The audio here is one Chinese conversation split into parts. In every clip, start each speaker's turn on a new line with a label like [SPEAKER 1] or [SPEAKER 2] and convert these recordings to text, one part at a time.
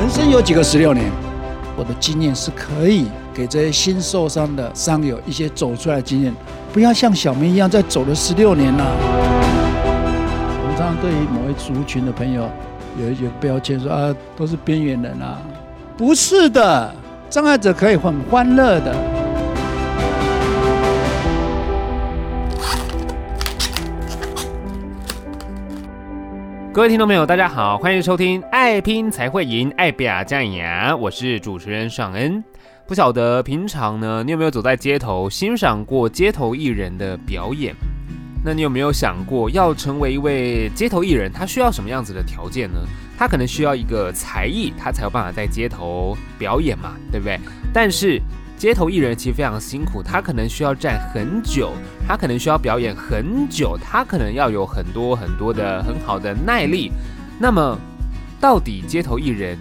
[SPEAKER 1] 人生有几个十六年？我的经验是可以给这些新受伤的伤友一些走出来的经验，不要像小明一样再走了十六年了、我们常常对于某一族群的朋友有一些标签说啊，都是边缘人啊，不是的，障碍者可以很欢乐的。
[SPEAKER 2] 各位听众朋友，大家好，欢迎收听《爱拼才会赢》，爱比亚战牙，我是主持人尚恩。不晓得平常呢，你有没有走在街头欣赏过街头艺人的表演？那你有没有想过，要成为一位街头艺人，他需要什么样子的条件呢？他可能需要一个才艺，他才有办法在街头表演嘛，对不对？但是街头艺人其实非常辛苦，他可能需要站很久，他可能需要表演很久，他可能要有很多很多的很好的耐力。那么，到底街头艺人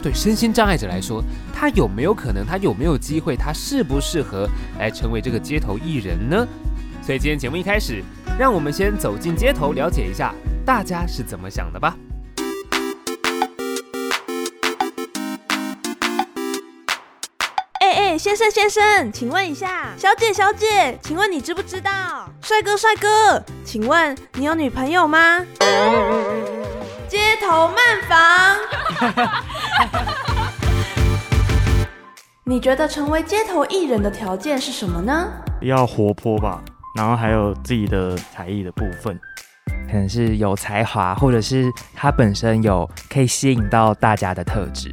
[SPEAKER 2] 对身心障碍者来说，他有没有可能？他有没有机会？他适不适合来成为这个街头艺人呢？所以今天节目一开始，让我们先走进街头，了解一下大家是怎么想的吧。
[SPEAKER 3] 哎哎，先生先生，请问一下，小姐小姐，请问你知不知道？帅哥帅哥，请问你有女朋友吗？街头漫房。你觉得成为街头艺人的条件是什么呢？
[SPEAKER 4] 要活泼吧，然后还有自己的才艺的部分。
[SPEAKER 5] 可能是有才华，或者是他本身有可以吸引到大家的特质。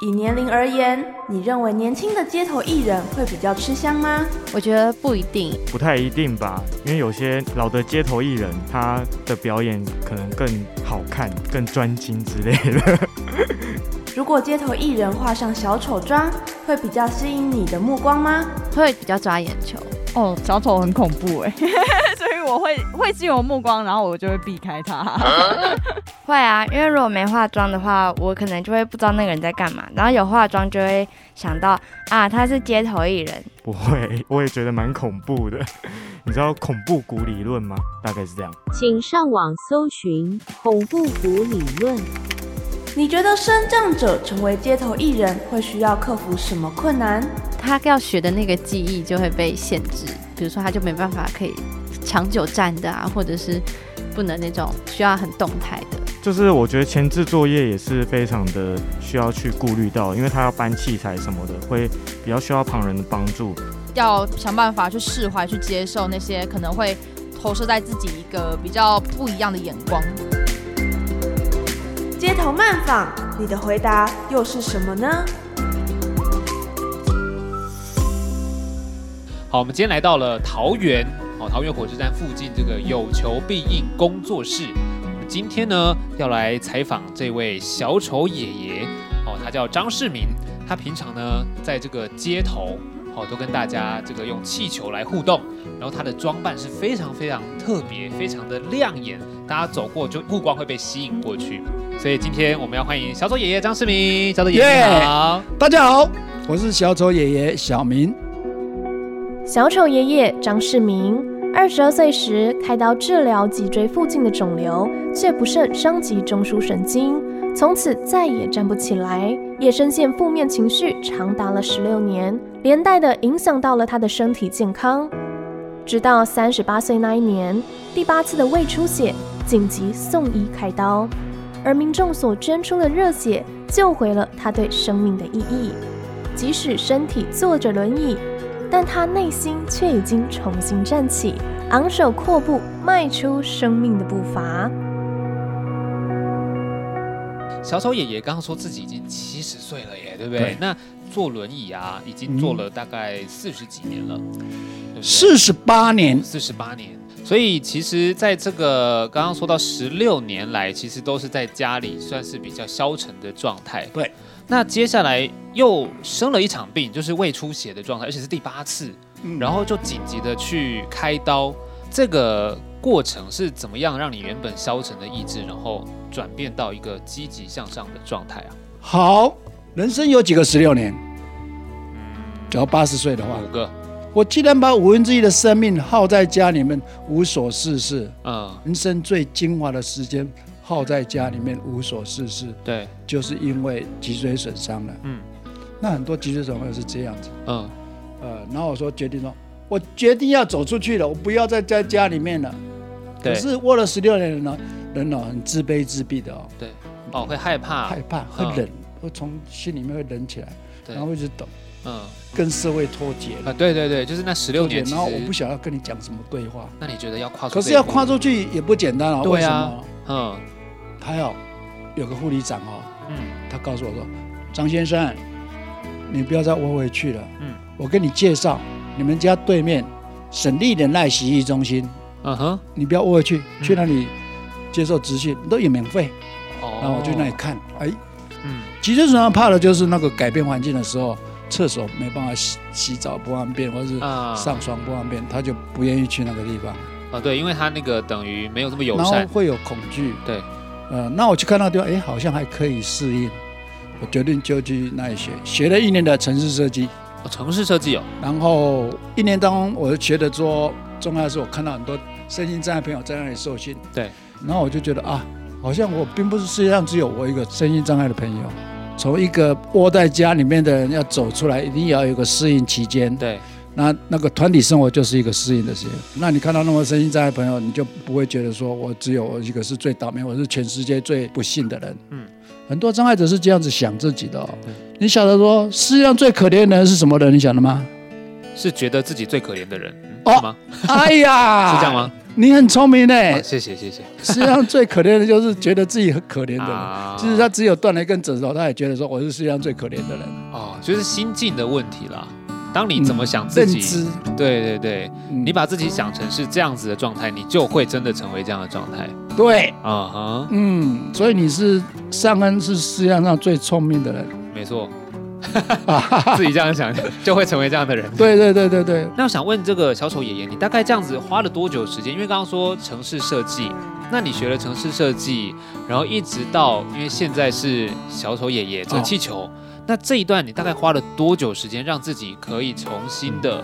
[SPEAKER 3] 以年龄而言，你认为年轻的街头艺人会比较吃香吗？
[SPEAKER 6] 我觉得不一定，
[SPEAKER 4] 不太一定吧，因为有些老的街头艺人，他的表演可能更好看、更专精之类的。
[SPEAKER 3] 如果街头艺人画上小丑妆，会比较吸引你的目光吗？
[SPEAKER 6] 会比较抓眼球。
[SPEAKER 7] 哦，小丑很恐怖哎， 所以我会会吸引我目光，然后我就会避开他。
[SPEAKER 6] 会啊，因为如果没化妆的话，我可能就会不知道那个人在干嘛。然后有化妆就会想到啊，他是街头艺人。
[SPEAKER 4] 不会，我也觉得蛮恐怖的。你知道恐怖谷理论吗？大概是这样。
[SPEAKER 8] 请上网搜寻恐怖谷理论。
[SPEAKER 3] 你觉得身障者成为街头艺人会需要克服什么困难？
[SPEAKER 6] 他要学的那个技艺就会被限制，比如说他就没办法可以长久站的啊，或者是不能那种需要很动态的。
[SPEAKER 4] 就是我觉得前置作业也是非常的需要去顾虑到，因为他要搬器材什么的，会比较需要旁人的帮助。
[SPEAKER 9] 要想办法去释怀、去接受那些可能会投射在自己一个比较不一样的眼光。
[SPEAKER 3] 街头漫访，你的回答又是什么呢？
[SPEAKER 2] 好，我们今天来到了桃园，哦，桃园火车站附近这个有求必应工作室。我们今天呢要来采访这位小丑爷爷，哦，他叫张世民，他平常呢在这个街头，哦，都跟大家这个用气球来互动，然后他的装扮是非常非常特别，非常的亮眼，大家走过就目光会被吸引过去。所以今天我们要欢迎小丑爷爷张世民，小丑爷爷你好。
[SPEAKER 1] 大家好，我是小丑爷爷小明。
[SPEAKER 10] 小丑爷爷张世民，二十二岁时开刀治疗脊椎附近的肿瘤，却不慎伤及中枢神经，从此再也站不起来，也深陷负面情绪长达了十六年，连带的影响到了他的身体健康。直到三十八岁那一年，第八次的胃出血，紧急送医开刀，而民众所捐出的热血救回了他对生命的意义。即使身体坐着轮椅，但他内心却已经重新站起，昂首阔步，迈出生命的步伐。
[SPEAKER 2] 小丑爷爷刚刚说自己已经七十岁了耶，对不对？
[SPEAKER 1] 对
[SPEAKER 2] 那坐轮椅啊，已经坐了大概四十几年了，对不对？
[SPEAKER 1] 四十八年，
[SPEAKER 2] 四十八年，所以其实在这个刚刚说到十六年来，其实都是在家里算是比较消沉的状态。
[SPEAKER 1] 对，
[SPEAKER 2] 那接下来又生了一场病，就是胃出血的状态，而且是第八次，
[SPEAKER 1] 嗯
[SPEAKER 2] 然后就紧急的去开刀。这个过程是怎么样让你原本消沉的意志，然后转变到一个积极向上的状态啊？
[SPEAKER 1] 好，人生有几个十六年？只要八十岁的话，
[SPEAKER 2] 五个。
[SPEAKER 1] 我既然把五分之一的生命耗在家里面无所事事，
[SPEAKER 2] 嗯，
[SPEAKER 1] 人生最精华的时间耗在家里面无所事事，
[SPEAKER 2] 对，
[SPEAKER 1] 就是因为脊椎损伤了。
[SPEAKER 2] 嗯，
[SPEAKER 1] 那很多脊椎损伤是这样子，
[SPEAKER 2] 嗯，
[SPEAKER 1] 呃，然后我说决定说，我决定要走出去了，我不要再在家里面了。
[SPEAKER 2] 对
[SPEAKER 1] 可是过了十六年呢，人呢很自卑自闭的哦，
[SPEAKER 2] 对，哦，会害怕，
[SPEAKER 1] 害怕会
[SPEAKER 2] 嗯
[SPEAKER 1] 冷，会从心里面会冷起来，
[SPEAKER 2] 对
[SPEAKER 1] 然后一直抖，
[SPEAKER 2] 嗯，
[SPEAKER 1] 跟社会脱节了。
[SPEAKER 2] 啊，对对对，就是那十六年，
[SPEAKER 1] 然后我不，想要跟你讲什么对话，
[SPEAKER 2] 那你觉得要跨出？
[SPEAKER 1] 可是要跨，出去也不简单啊。为
[SPEAKER 2] 对
[SPEAKER 1] 什
[SPEAKER 2] 啊
[SPEAKER 1] 么？，
[SPEAKER 2] 嗯
[SPEAKER 1] 他要有个护理长哦，
[SPEAKER 2] 嗯，
[SPEAKER 1] 他告诉我说：“张先生，你不要再窝回去了。
[SPEAKER 2] 嗯，
[SPEAKER 1] 我跟你介绍，你们家对面省立忍耐洗浴中心，
[SPEAKER 2] 嗯哼，
[SPEAKER 1] 你不要窝回去，去那里
[SPEAKER 2] 嗯
[SPEAKER 1] 接受职训，都也免费。”
[SPEAKER 2] 哦，
[SPEAKER 1] 然后我去那里，看，哎，
[SPEAKER 2] 嗯，
[SPEAKER 1] 脊椎损伤怕的就是那个改变环境的时候，厕所没办法洗洗澡不方便，或是
[SPEAKER 2] 啊
[SPEAKER 1] 上床不方便，他就不愿意去那个地方，
[SPEAKER 2] 啊，对，因为他那个等于没有这么友
[SPEAKER 1] 然后
[SPEAKER 2] 善，
[SPEAKER 1] 会有恐惧。
[SPEAKER 2] 对，
[SPEAKER 1] 呃，那我去看那个地方，哎，好像还可以适应，我决定就去那里学，学了一年的城市设计，
[SPEAKER 2] 哦城市设计哦，
[SPEAKER 1] 然后一年当中我学的做，重要的是我看到很多身心障碍朋友在那里受训，
[SPEAKER 2] 对，
[SPEAKER 1] 然后我就觉得啊，好像我并不是世界上只有我一个身心障碍的朋友，从一个窝在家里面的人要走出来，一定要有一个适应期间。
[SPEAKER 2] 对，
[SPEAKER 1] 那那个团体生活就是一个适应的时间。那你看到那么身心障碍的朋友，你就不会觉得说我只有我一个是最倒霉，我是全世界最不幸的人。
[SPEAKER 2] 嗯，
[SPEAKER 1] 很多障碍者是这样子想自己的哦。你晓得说世界上最可怜的人是什么人？你晓 得吗？
[SPEAKER 2] 是觉得自己最可怜的人，
[SPEAKER 1] 哦
[SPEAKER 2] 哦吗？
[SPEAKER 1] 哎呀，
[SPEAKER 2] 是这样吗？
[SPEAKER 1] 你很聪明呢。
[SPEAKER 2] 啊谢谢谢谢，
[SPEAKER 1] 世界上最可怜的就是觉得自己很可怜的
[SPEAKER 2] 啊
[SPEAKER 1] 人，就是他只有断了一根指头，他也觉得说我是世界上最可怜的人。
[SPEAKER 2] 哦，就是心境的问题啦。当你怎么想自
[SPEAKER 1] 嗯认
[SPEAKER 2] 己
[SPEAKER 1] 知，
[SPEAKER 2] 对对对，
[SPEAKER 1] 嗯
[SPEAKER 2] 你把自己想成是这样子的状态，你就会真的成为这样的状态。
[SPEAKER 1] 对，
[SPEAKER 2] 啊哈，
[SPEAKER 1] 嗯，所以你是上恩是世界上最聪明的人。
[SPEAKER 2] 没 错，自己这样想就会成为这样的人。
[SPEAKER 1] 对对对对对，
[SPEAKER 2] 那我想问这个小丑爷爷，你大概这样子花了多久时间？因为刚刚说城市设计，那你学了城市设计，然后一直到因为现在是小丑爷爷这气球，那这一段你大概花了多久时间让自己可以重新的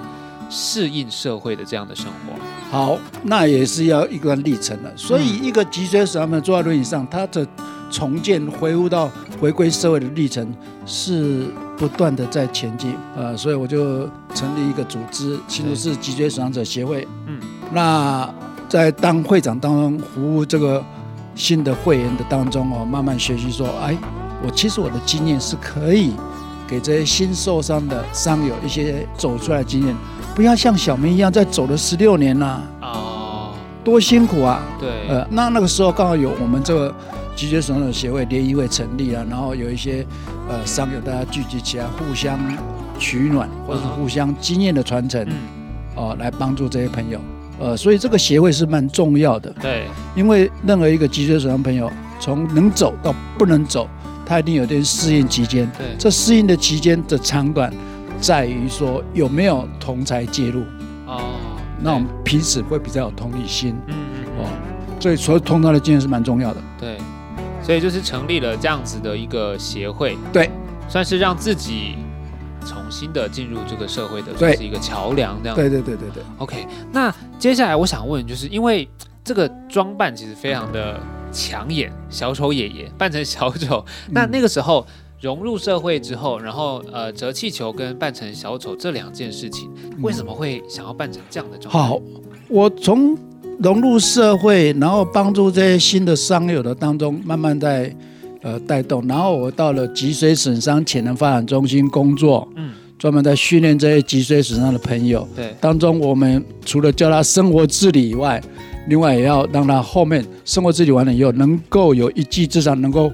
[SPEAKER 2] 适应社会的这样的生活？
[SPEAKER 1] 好，那也是要一段历程的。所以一个脊椎使他们坐在轮椅上，他的重建恢复到回归社会的历程是不断的在前进。呃，所以我就成立一个组织，新竹市脊椎损伤者协会。
[SPEAKER 2] 嗯，
[SPEAKER 1] 那在当会长当中服务这个新的会员的当中哦，慢慢学习说，哎，我其实我的经验是可以给这些新受伤的伤友一些走出来的经验，不要像小明一样在走了十六年呐、
[SPEAKER 2] 哦，
[SPEAKER 1] 多辛苦啊！
[SPEAKER 2] 对，
[SPEAKER 1] 呃，那那个时候刚好有我们这个脊椎损伤者协会联谊会成立啊，然后有一些呃伤友大家聚集起来，互相取暖，或者是互相经验的传承，
[SPEAKER 2] 嗯
[SPEAKER 1] 哦、来帮助这些朋友。呃，所以这个协会是蛮重要的，
[SPEAKER 2] 对，
[SPEAKER 1] 因为任何一个脊椎损伤朋友，从能走到不能走，他一定有点适应期间。
[SPEAKER 2] 对
[SPEAKER 1] 这适应的期间的长短，在于说有没有同才介入。
[SPEAKER 2] 哦，嗯
[SPEAKER 1] 那我们彼此会比较有同理心。哦，所以所以同道的经验是蛮重要的。
[SPEAKER 2] 对，所以就是成立了这样子的一个协会，
[SPEAKER 1] 对，
[SPEAKER 2] 算是让自己重新的进入这个社会的，
[SPEAKER 1] 对
[SPEAKER 2] 算是一个桥梁这样。
[SPEAKER 1] 对对对对对。
[SPEAKER 2] OK，那接下来我想问，就是因为这个装扮其实非常的抢眼，小丑爷爷扮成小丑，
[SPEAKER 1] 嗯
[SPEAKER 2] 那那个时候融入社会之后，然后呃折气球跟扮成小丑这两件事情，
[SPEAKER 1] 嗯
[SPEAKER 2] 为什么会想要扮成这样的状态？
[SPEAKER 1] 好，我从融入社会，然后帮助这些新的商友的当中，慢慢在呃带动。然后我到了脊髓损伤潜能发展中心工作，
[SPEAKER 2] 嗯，
[SPEAKER 1] 专门在训练这些脊髓损伤的朋友。
[SPEAKER 2] 对
[SPEAKER 1] 当中我们除了教他生活自理以外，另外也要让他后面生活自理完了以后，能够有一技之长，能够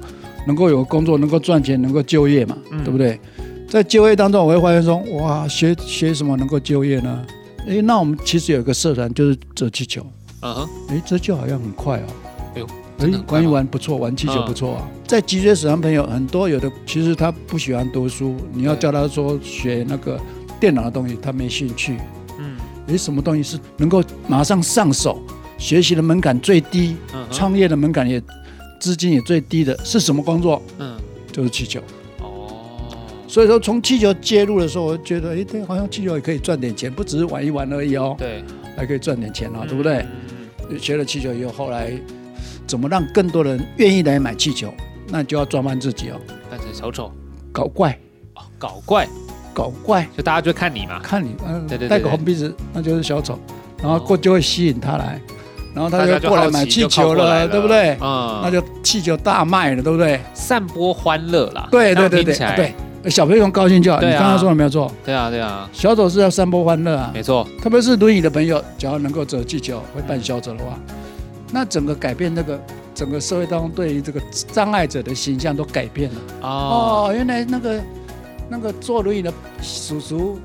[SPEAKER 1] 能够有工作，能够赚钱，能够就业嘛，
[SPEAKER 2] 嗯
[SPEAKER 1] 对不对？在就业当中，我会发现说，哎哇，学学什么能够就业呢？诶，那我们其实有一个社团就是折气球，
[SPEAKER 2] 嗯哼，
[SPEAKER 1] 哎，这就好像很快哦。
[SPEAKER 2] 哎呦，
[SPEAKER 1] 哎，玩一玩不错，玩气球不错啊。在脊椎损伤朋友很多，有的其实他不喜欢读书，你要叫他说学那个电脑的东西，他没兴趣。
[SPEAKER 2] 嗯，
[SPEAKER 1] 有什么东西是能够马上上手，学习的门槛最低，
[SPEAKER 2] 嗯哼
[SPEAKER 1] 创业的门槛也资金也最低的是什么工作？
[SPEAKER 2] 嗯，哦
[SPEAKER 1] 就是气球。所以说，从气球介入的时候，我就觉得，哎，对，好像气球也可以赚点钱，不只是玩一玩而已哦。
[SPEAKER 2] 对，嗯
[SPEAKER 1] 还可以赚点钱啊，对不对？学了气球以后，后来怎么让更多人愿意来买气球？那就要装扮自己哦，
[SPEAKER 2] 扮成小丑，啊
[SPEAKER 1] 搞怪，
[SPEAKER 2] 搞怪，
[SPEAKER 1] 搞怪，
[SPEAKER 2] 就大家就看你嘛，
[SPEAKER 1] 看你，嗯、
[SPEAKER 2] 对对哦
[SPEAKER 1] 戴
[SPEAKER 2] 对
[SPEAKER 1] 个红
[SPEAKER 2] 对，
[SPEAKER 1] 鼻子，那就是小丑，然后过就会吸引他来，然后他
[SPEAKER 2] 大家
[SPEAKER 1] 就
[SPEAKER 2] 就
[SPEAKER 1] 过来
[SPEAKER 2] 好奇
[SPEAKER 1] 买
[SPEAKER 2] 就
[SPEAKER 1] 气
[SPEAKER 2] 靠
[SPEAKER 1] 球
[SPEAKER 2] 过来
[SPEAKER 1] 了，对不对？
[SPEAKER 2] 嗯
[SPEAKER 1] 那就气球大卖了，对不对？
[SPEAKER 2] 散播欢乐啦，这
[SPEAKER 1] 对对
[SPEAKER 2] 样
[SPEAKER 1] 对
[SPEAKER 2] 听
[SPEAKER 1] 对
[SPEAKER 2] 起来
[SPEAKER 1] 对，小朋友高兴就好。
[SPEAKER 2] 对啊
[SPEAKER 1] 你刚刚说了没有错？
[SPEAKER 2] 对啊对啊，
[SPEAKER 1] 小丑是要散播欢乐啊，
[SPEAKER 2] 没错，
[SPEAKER 1] 特别是轮椅的朋友，只要能够走气球，会办小丑的话，那整个改变那个整个社会当中对于这个障碍者的形象都改变了。
[SPEAKER 2] 哦，
[SPEAKER 1] 哦，原来那个那个坐轮椅的叔叔，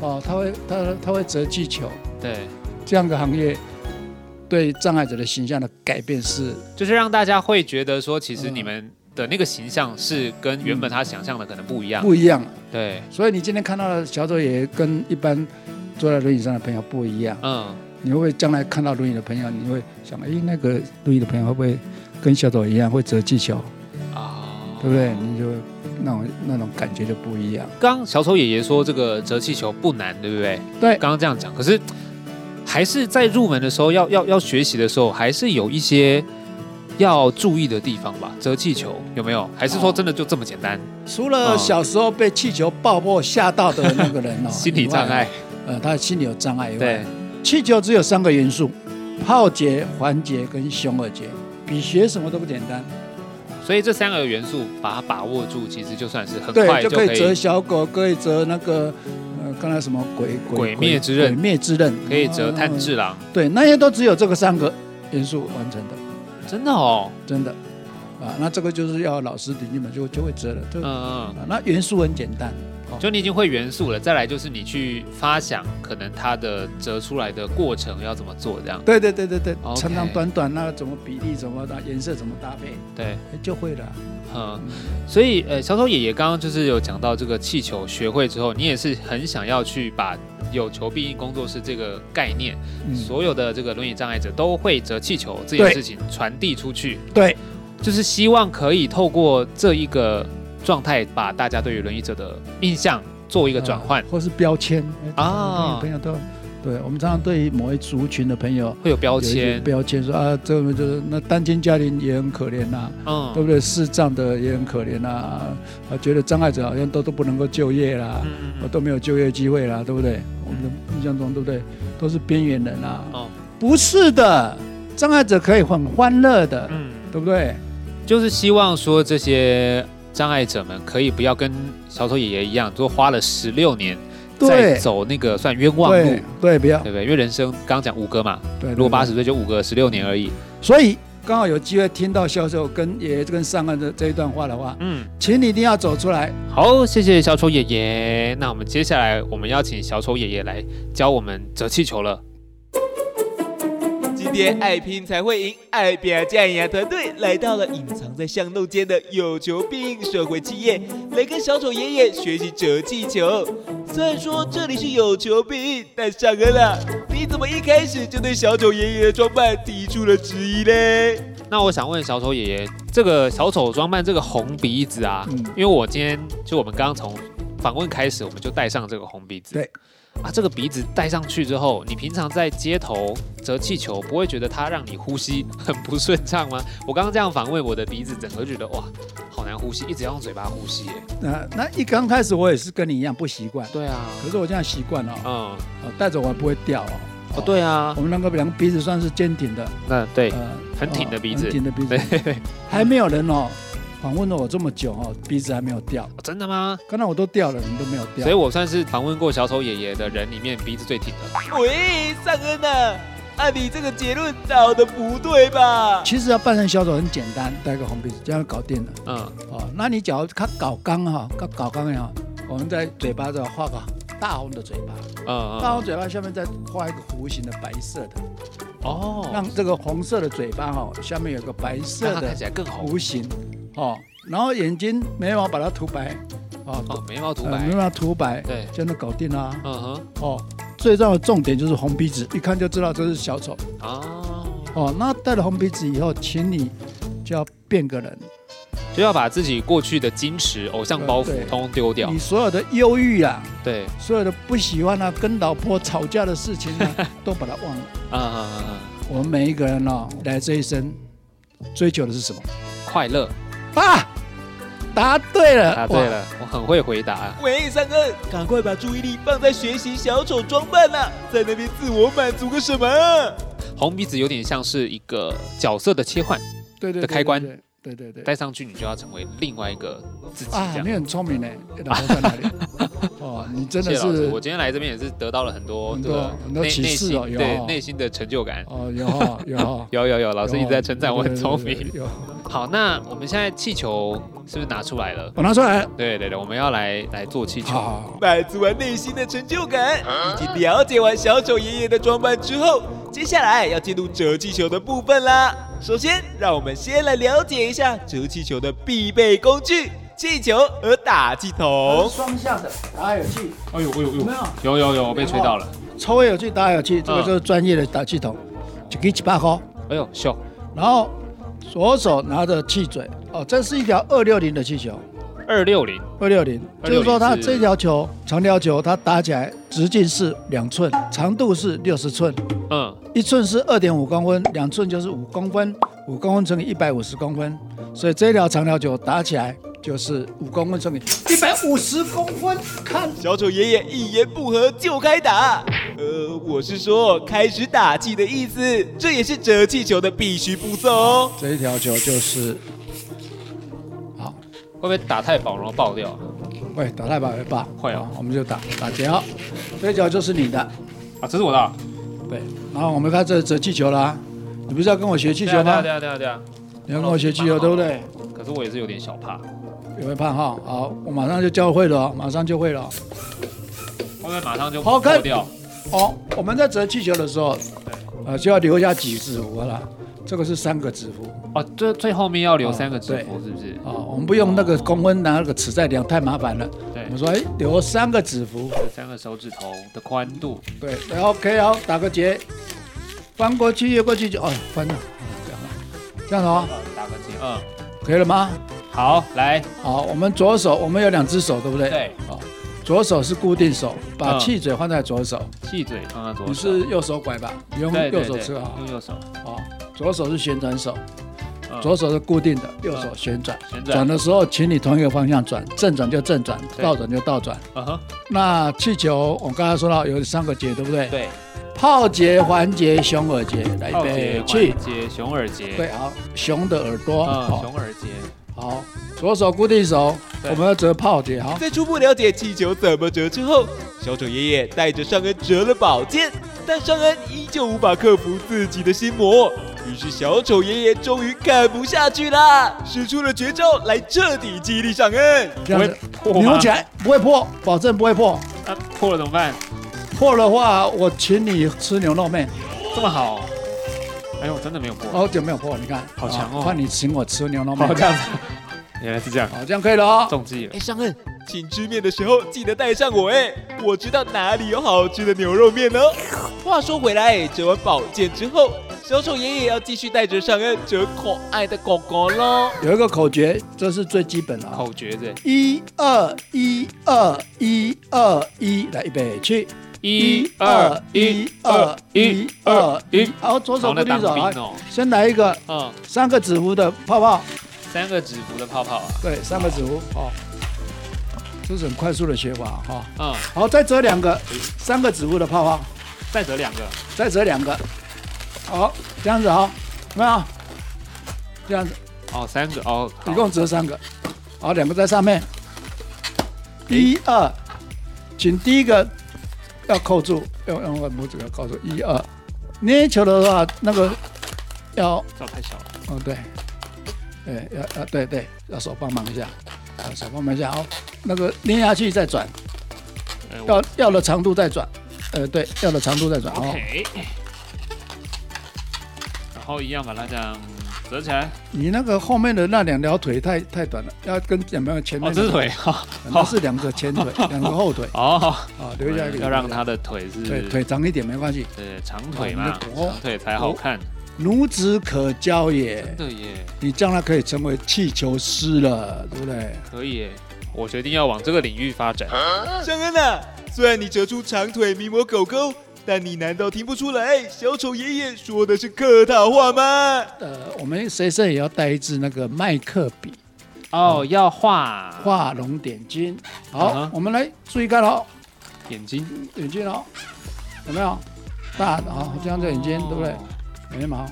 [SPEAKER 1] 哦，他会他他会折气球，
[SPEAKER 2] 嗯对，
[SPEAKER 1] 这样的行业对障碍者的形象的改变是
[SPEAKER 2] 就是让大家会觉得说，其实
[SPEAKER 1] 嗯
[SPEAKER 2] 你们的那个形象是跟原本他想象的可能不一样，
[SPEAKER 1] 不一样了。
[SPEAKER 2] 对，
[SPEAKER 1] 所以你今天看到的小丑也跟一般坐在轮椅上的朋友不一样。
[SPEAKER 2] 嗯，
[SPEAKER 1] 你会不会将来看到轮椅的朋友，你会想，哎，那个轮椅的朋友会不会跟小丑一样会折气球？
[SPEAKER 2] 啊，
[SPEAKER 1] 对不对？你就那种那种感觉就不一样。
[SPEAKER 2] 刚刚小丑爷爷说这个折气球不难，对不对？
[SPEAKER 1] 对，
[SPEAKER 2] 刚刚这样讲，可是还是在入门的时候，要要要学习的时候，还是有一些要注意的地方吧。折气球有没有？还是说真的就这么简单？
[SPEAKER 1] 除了小时候被气球爆破吓到的那个 人哦，
[SPEAKER 2] 心理障碍
[SPEAKER 1] 以外，呃，他的心理有障碍以
[SPEAKER 2] 对
[SPEAKER 1] 外，气球只有三个元素：泡节、环节跟胸二节，比学什么都不简单。
[SPEAKER 2] 所以这三个元素把它把握住，其实就算是很快
[SPEAKER 1] 对，就
[SPEAKER 2] 就可
[SPEAKER 1] 可以折
[SPEAKER 2] 以
[SPEAKER 1] 小狗，可以折那个呃，刚才什么鬼
[SPEAKER 2] 鬼灭之刃
[SPEAKER 1] 鬼灭之刃
[SPEAKER 2] 可以折炭治
[SPEAKER 1] 了。
[SPEAKER 2] 郎，
[SPEAKER 1] 对，那些都只有这个三个元素完成的，
[SPEAKER 2] 真的哦，
[SPEAKER 1] 真的啊。那这个就是要老师领进门就就会折了，就、
[SPEAKER 2] 嗯嗯
[SPEAKER 1] 啊那元素很简单。
[SPEAKER 2] 嗯，就你已经会元素了，再来就是你去发想可能它的折出来的过程要怎么做，这样
[SPEAKER 1] 对对对对对，
[SPEAKER 2] OK
[SPEAKER 1] 长长短短，那怎么比例，怎么搭颜色，怎么搭配，
[SPEAKER 2] 对。
[SPEAKER 1] 哎就会了。
[SPEAKER 2] 嗯，所以呃，小丑爷爷刚刚就是有讲到这个气球学会之后，你也是很想要去把有求必应工作室这个概念，
[SPEAKER 1] 嗯
[SPEAKER 2] 所有的这个轮椅障碍者都会折气球这件
[SPEAKER 1] 对
[SPEAKER 2] 事情传递出去，
[SPEAKER 1] 对，
[SPEAKER 2] 就是希望可以透过这一个状态，把大家对于轮椅者的印象做一个转换
[SPEAKER 1] 呃，或是标签
[SPEAKER 2] 啊
[SPEAKER 1] 啊，朋友都对我们常常对于某一族群的朋友
[SPEAKER 2] 会有标
[SPEAKER 1] 有一些
[SPEAKER 2] 签，
[SPEAKER 1] 标签说啊，这个就是那单亲家庭也很可怜呐、
[SPEAKER 2] 嗯
[SPEAKER 1] 对不对？视障的也很可怜呐、啊，觉得障碍者好像都都不能够就业啦，
[SPEAKER 2] 嗯
[SPEAKER 1] 啊都没有就业机会啦，对不对？我们的印象中，对不对？都是边缘人啊，
[SPEAKER 2] 哦
[SPEAKER 1] 不是的，障碍者可以很欢乐的，对不对？
[SPEAKER 2] 嗯就是希望说这些呃障碍者们可以不要跟小丑爷爷一样，都花了十六年
[SPEAKER 1] 对
[SPEAKER 2] 在走那个算冤枉路
[SPEAKER 1] 对，对，不要
[SPEAKER 2] 对不对？因为人生刚刚讲五个嘛，
[SPEAKER 1] 对对
[SPEAKER 2] 如果
[SPEAKER 1] 对
[SPEAKER 2] 八十岁就五个，十六年而已。
[SPEAKER 1] 所以刚好有机会听到销售跟也跟上岸的这一段话的话，
[SPEAKER 2] 嗯，
[SPEAKER 1] 请你一定要走出来。
[SPEAKER 2] 好，谢谢小丑爷爷。那我们接下来我们要请小丑爷爷来教我们折气球了。
[SPEAKER 7] 今天爱拼才会赢，爱表酱牙团队来到了隐藏在巷弄间的有求必应社会企业，来跟小丑爷爷学习折气球。虽然说这里是有求必应，但上恩啊，你怎么一开始就对小丑爷爷的装扮提出了质疑嘞？
[SPEAKER 2] 那我想问小丑爷爷，这个小丑装扮这个红鼻子啊，
[SPEAKER 1] 嗯
[SPEAKER 2] 因为我今天就我们刚刚从访问开始，我们就戴上这个红鼻子。
[SPEAKER 1] 对，
[SPEAKER 2] 啊，这个鼻子戴上去之后，你平常在街头折气球，不会觉得它让你呼吸很不顺畅吗？我刚刚这样访问我的鼻子，整个觉得哇，好难呼吸，一直要用嘴巴呼吸耶。
[SPEAKER 1] 那那一刚开始我也是跟你一样不习惯，
[SPEAKER 2] 对啊，
[SPEAKER 1] 可是我现在习惯了哦，
[SPEAKER 2] 嗯，
[SPEAKER 1] 哦带着我不会掉哦。
[SPEAKER 2] 哦，对啊，
[SPEAKER 1] 我们那个两个鼻子算是尖挺的，
[SPEAKER 2] 那对，很
[SPEAKER 1] 哦
[SPEAKER 2] 挺的鼻子，
[SPEAKER 1] 很挺的鼻子
[SPEAKER 2] 对，
[SPEAKER 1] 还没有人哦访问了我这么久哦，鼻子还没有掉。
[SPEAKER 2] 真的吗？
[SPEAKER 1] 刚才我都掉了，你都没有掉。
[SPEAKER 2] 所以我算是访问过小丑爷爷的人里面鼻子最挺的。
[SPEAKER 7] 喂，上恩啊，按你这个结论找的不对吧？
[SPEAKER 1] 其实要扮成小丑很简单，戴个红鼻子这样就搞定了。
[SPEAKER 2] 嗯，
[SPEAKER 1] 哦，那你只要它搞刚哈，搞搞刚也好，我们在嘴巴这画个大红的嘴巴，
[SPEAKER 2] 嗯嗯
[SPEAKER 1] 大红嘴巴下面再画一个弧形的白色的，
[SPEAKER 2] 哦，
[SPEAKER 1] 让这个红色的嘴巴哈、下面有个白色
[SPEAKER 2] 让它
[SPEAKER 1] 的
[SPEAKER 2] 看起来更红
[SPEAKER 1] 弧形哦，然后眼睛眉毛把它涂白哦，
[SPEAKER 2] 哦，眉毛涂
[SPEAKER 1] 呃
[SPEAKER 2] 白
[SPEAKER 1] 眉，毛涂白，
[SPEAKER 2] 对
[SPEAKER 1] 这样就搞定啦、
[SPEAKER 2] 嗯哼，
[SPEAKER 1] 哦，最重要的重点就是红鼻子，一看就知道这是小丑
[SPEAKER 2] 啊，
[SPEAKER 1] 哦。那戴了红鼻子以后，请你就要变个人，
[SPEAKER 2] 就要把自己过去的矜持、偶像包袱
[SPEAKER 1] 对
[SPEAKER 2] 通通丢掉
[SPEAKER 1] 你。所有的忧郁啊，
[SPEAKER 2] 对，
[SPEAKER 1] 所有的不喜欢啊，跟老婆吵架的事情 啊，都把它忘了。
[SPEAKER 2] 啊啊啊啊，
[SPEAKER 1] 我们每一个人哦，来这一生追求的是什么
[SPEAKER 2] 快乐，
[SPEAKER 1] 啊？答对了，
[SPEAKER 2] 答对
[SPEAKER 1] 啊哇
[SPEAKER 2] 了，我很会回答。啊
[SPEAKER 7] 喂，三哥，赶快把注意力放在学习小丑装扮啦、在那边自我满足个什么啊？
[SPEAKER 2] 红鼻子有点像是一个角色的切换，
[SPEAKER 1] 对对
[SPEAKER 2] 的开关，
[SPEAKER 1] 对对对对对
[SPEAKER 2] 戴上去你就要成为另外一个自己
[SPEAKER 1] 啊
[SPEAKER 2] 这，样。
[SPEAKER 1] 你很聪明呢，老婆在哪 里？哦，你真的
[SPEAKER 2] 谢谢老师
[SPEAKER 1] 是
[SPEAKER 2] 我今天来这边也是得到了很多
[SPEAKER 1] 很
[SPEAKER 2] 这
[SPEAKER 1] 多
[SPEAKER 2] 个
[SPEAKER 1] 很
[SPEAKER 2] 内
[SPEAKER 1] 多
[SPEAKER 2] 内
[SPEAKER 1] 启示
[SPEAKER 2] 心
[SPEAKER 1] 哦有
[SPEAKER 2] 对
[SPEAKER 1] 哦
[SPEAKER 2] 内心的成就感。，
[SPEAKER 1] 哦，有哦有哦
[SPEAKER 2] 有有有， 老师一直在称赞我很
[SPEAKER 1] 对对
[SPEAKER 2] 聪
[SPEAKER 1] 对
[SPEAKER 2] 明。
[SPEAKER 1] 有，
[SPEAKER 2] 好，那我们现在气球是不是拿出来了？
[SPEAKER 1] 我拿出来了。
[SPEAKER 2] 对对对，我们要来来做气球。
[SPEAKER 7] 满足完内心的成就感，以及了解完小丑爷爷的装扮之后，接下来要进入折气球的部分啦。首先，让我们先来了解一下折气球的必备工具——气球和打气筒。
[SPEAKER 1] 双向的打有气，
[SPEAKER 2] 哎呦哎呦哎
[SPEAKER 1] 有啊没有？
[SPEAKER 2] 有有有，我被吹到了。
[SPEAKER 1] 抽有气打有气，这个就是专业的打气筒，就给几把口。
[SPEAKER 2] 哎呦，秀，
[SPEAKER 1] 然后左手拿着气嘴，哦，这是一条二六零的气球，
[SPEAKER 2] 二六零，
[SPEAKER 1] 二六零，
[SPEAKER 2] 260
[SPEAKER 1] 就是说它
[SPEAKER 2] 是
[SPEAKER 1] 这条球长条球，它打起来直径是两寸，长度是六十寸，
[SPEAKER 2] 嗯，
[SPEAKER 1] 一寸是二点五公分，两寸就是五公分，五公分乘以一百五十公分，所以这条长条球打起来就是五公分乘以一百五十公分，看
[SPEAKER 7] 小丑爷爷一言不合就开打。呃，我是说开始打气的意思，这也是折气球的必须步骤哦。
[SPEAKER 1] 这一条球就是，
[SPEAKER 2] 会不会打太饱然后爆掉？
[SPEAKER 1] 喂，打太吧，会吧，
[SPEAKER 2] 会哦，
[SPEAKER 1] 我们就打打结，哦这一条就是你的。
[SPEAKER 2] 啊，这是我的啊。
[SPEAKER 1] 对，然后我们开始折气球啦、你不是要跟我学气球
[SPEAKER 2] 对啊
[SPEAKER 1] 吗
[SPEAKER 2] 对？啊对啊对啊。
[SPEAKER 1] 你要跟我学气球对不对？
[SPEAKER 2] 对啊可是我也是有点小怕，
[SPEAKER 1] 有没有怕哈？好，我马上就教会了哦，马上就会了哦。
[SPEAKER 2] 会不会马上就
[SPEAKER 1] 好
[SPEAKER 2] 爆
[SPEAKER 1] 看
[SPEAKER 2] 掉？
[SPEAKER 1] 哦，我们在折气球的时候，呃，就要留下几指符了。这个是三个指符，
[SPEAKER 2] 哦，最最后面要留三个指符，是不是？
[SPEAKER 1] 哦，我们不用那个公分拿那个尺在量，太麻烦了。
[SPEAKER 2] 对
[SPEAKER 1] 我们说，哎，留三个指符，
[SPEAKER 2] 这三个手指头的宽度，
[SPEAKER 1] 对，然后 OK 哦，打个结，翻过去，越过去就，哦，翻了，这样了，啊这样了哦，
[SPEAKER 2] 啊打个结，嗯，
[SPEAKER 1] 可以了吗？
[SPEAKER 2] 好，来，
[SPEAKER 1] 好，我们左手，我们有两只手，对不对？
[SPEAKER 2] 对，
[SPEAKER 1] 好，左手是固定手，把
[SPEAKER 2] 嗯
[SPEAKER 1] 气嘴放在左手。
[SPEAKER 2] 气嘴放在左
[SPEAKER 1] 你
[SPEAKER 2] 手，
[SPEAKER 1] 是右手拐吧？你用
[SPEAKER 2] 对
[SPEAKER 1] 右
[SPEAKER 2] 对
[SPEAKER 1] 手
[SPEAKER 2] 对
[SPEAKER 1] 吃啊。
[SPEAKER 2] 用右手，
[SPEAKER 1] 哦，左手是旋转手，
[SPEAKER 2] 嗯
[SPEAKER 1] 左手是固定的，右手
[SPEAKER 2] 嗯
[SPEAKER 1] 旋转。
[SPEAKER 2] 旋转
[SPEAKER 1] 转的时候，请你同一个方向转，正转就正转，
[SPEAKER 2] 对
[SPEAKER 1] 倒转就倒转。
[SPEAKER 2] 嗯哼，
[SPEAKER 1] 那气球，我刚才说到有三个结，对不对？
[SPEAKER 2] 对，
[SPEAKER 1] 泡结、环结、熊耳结，来
[SPEAKER 2] 套结、
[SPEAKER 1] 备
[SPEAKER 2] 环
[SPEAKER 1] 去。
[SPEAKER 2] 结、熊耳结，
[SPEAKER 1] 对，好，熊的耳朵，
[SPEAKER 2] 嗯，
[SPEAKER 1] 好，
[SPEAKER 2] 熊耳结，
[SPEAKER 1] 好，左手固定手，
[SPEAKER 2] 对
[SPEAKER 1] 我们要折泡结，好。
[SPEAKER 7] 在初步了解气球怎么折之后，小丑爷爷带着尚恩折了宝剑，但尚恩依旧无法克服自己的心魔。于是小丑爷爷终于看不下去啦，使出了绝招来彻底激励尚恩。
[SPEAKER 1] 这样子
[SPEAKER 2] 不会破吗
[SPEAKER 1] 扭起来不会破，保证不会破。
[SPEAKER 2] 那破啊了怎么办？
[SPEAKER 1] 破的话，我请你吃牛肉面。
[SPEAKER 2] 这么好，哎呦，真的没有破，
[SPEAKER 1] 好久没有破，你看，
[SPEAKER 2] 好强哦
[SPEAKER 1] 啊换你请我吃牛肉面。
[SPEAKER 2] 好这样子， 原来是这样，
[SPEAKER 1] 好，这样可以了哦。
[SPEAKER 2] 中计了
[SPEAKER 7] 哎，，尚恩，请吃面的时候记得带上我哎，我知道哪里有好吃的牛肉面哦。话说回来，折完宝剑之后，小丑爷爷要继续带着尚恩折可爱的狗狗喽。
[SPEAKER 1] 有一个口诀，这是最基本的啊。
[SPEAKER 2] 口诀是
[SPEAKER 1] 一二一二一二一，来预备起。
[SPEAKER 2] 一二一二一二一，
[SPEAKER 1] 好，左
[SPEAKER 2] 好
[SPEAKER 1] 手固
[SPEAKER 2] 那
[SPEAKER 1] 定
[SPEAKER 2] 当
[SPEAKER 1] 手，
[SPEAKER 2] 兵
[SPEAKER 1] 来
[SPEAKER 2] 哦，
[SPEAKER 1] 先来一个
[SPEAKER 2] 嗯，
[SPEAKER 1] 三个指符的泡泡，
[SPEAKER 2] 三个指符的泡泡啊，
[SPEAKER 1] 对，三个指符，好，这是很快速的学法哈。
[SPEAKER 2] 嗯，
[SPEAKER 1] 好，再折两个，三个指符的泡泡，
[SPEAKER 2] 再折两个，
[SPEAKER 1] 再折两个，好，这样子好，有没有？这样子，
[SPEAKER 2] 哦，三个哦，好
[SPEAKER 1] 一共折三个，好，两个在上面，一二，请第一个要扣住，用用我拇指要扣住，一二，捏球的话，那个要，
[SPEAKER 2] 这样太小了，
[SPEAKER 1] 哦对，对，要要呃对对，要手帮忙一下，要手帮忙一下哦，那个捏下去再转，
[SPEAKER 2] 哎我
[SPEAKER 1] 哦要要的长度再转，呃对，要的长度再转哦，
[SPEAKER 2] OK，后一样把它这样折起来。
[SPEAKER 1] 你那个后面的那两条腿太太短了，要跟有没有前面
[SPEAKER 2] 哦，
[SPEAKER 1] 的？
[SPEAKER 2] 这是腿，
[SPEAKER 1] 那是两个前腿，两个后腿。
[SPEAKER 2] 哦，
[SPEAKER 1] 啊，留下一个。
[SPEAKER 2] 要让它的腿是
[SPEAKER 1] 对腿长一点没关系。
[SPEAKER 2] 对长腿
[SPEAKER 1] 我们
[SPEAKER 2] 嘛
[SPEAKER 1] 的，哦国
[SPEAKER 2] 长腿才好看。
[SPEAKER 1] 孺子可教也，
[SPEAKER 2] 对耶，
[SPEAKER 1] 你将来可以成为气球师了，对不对？
[SPEAKER 2] 可以耶，我决定要往这个领域发展。
[SPEAKER 7] 尚恩啊，虽然你折出长腿迷魔狗狗，但你难道听不出来小丑爷爷说的是客套话吗？
[SPEAKER 1] 呃，我们随身也要带一支那个麦克笔，
[SPEAKER 2] 哦，要画
[SPEAKER 1] 画龙点睛。
[SPEAKER 2] 嗯
[SPEAKER 1] 好
[SPEAKER 2] 哼，
[SPEAKER 1] 我们来注意看喽，
[SPEAKER 2] 眼睛，
[SPEAKER 1] 眼睛喽，有没有？大的啊，这样的眼睛，对不对？眉毛，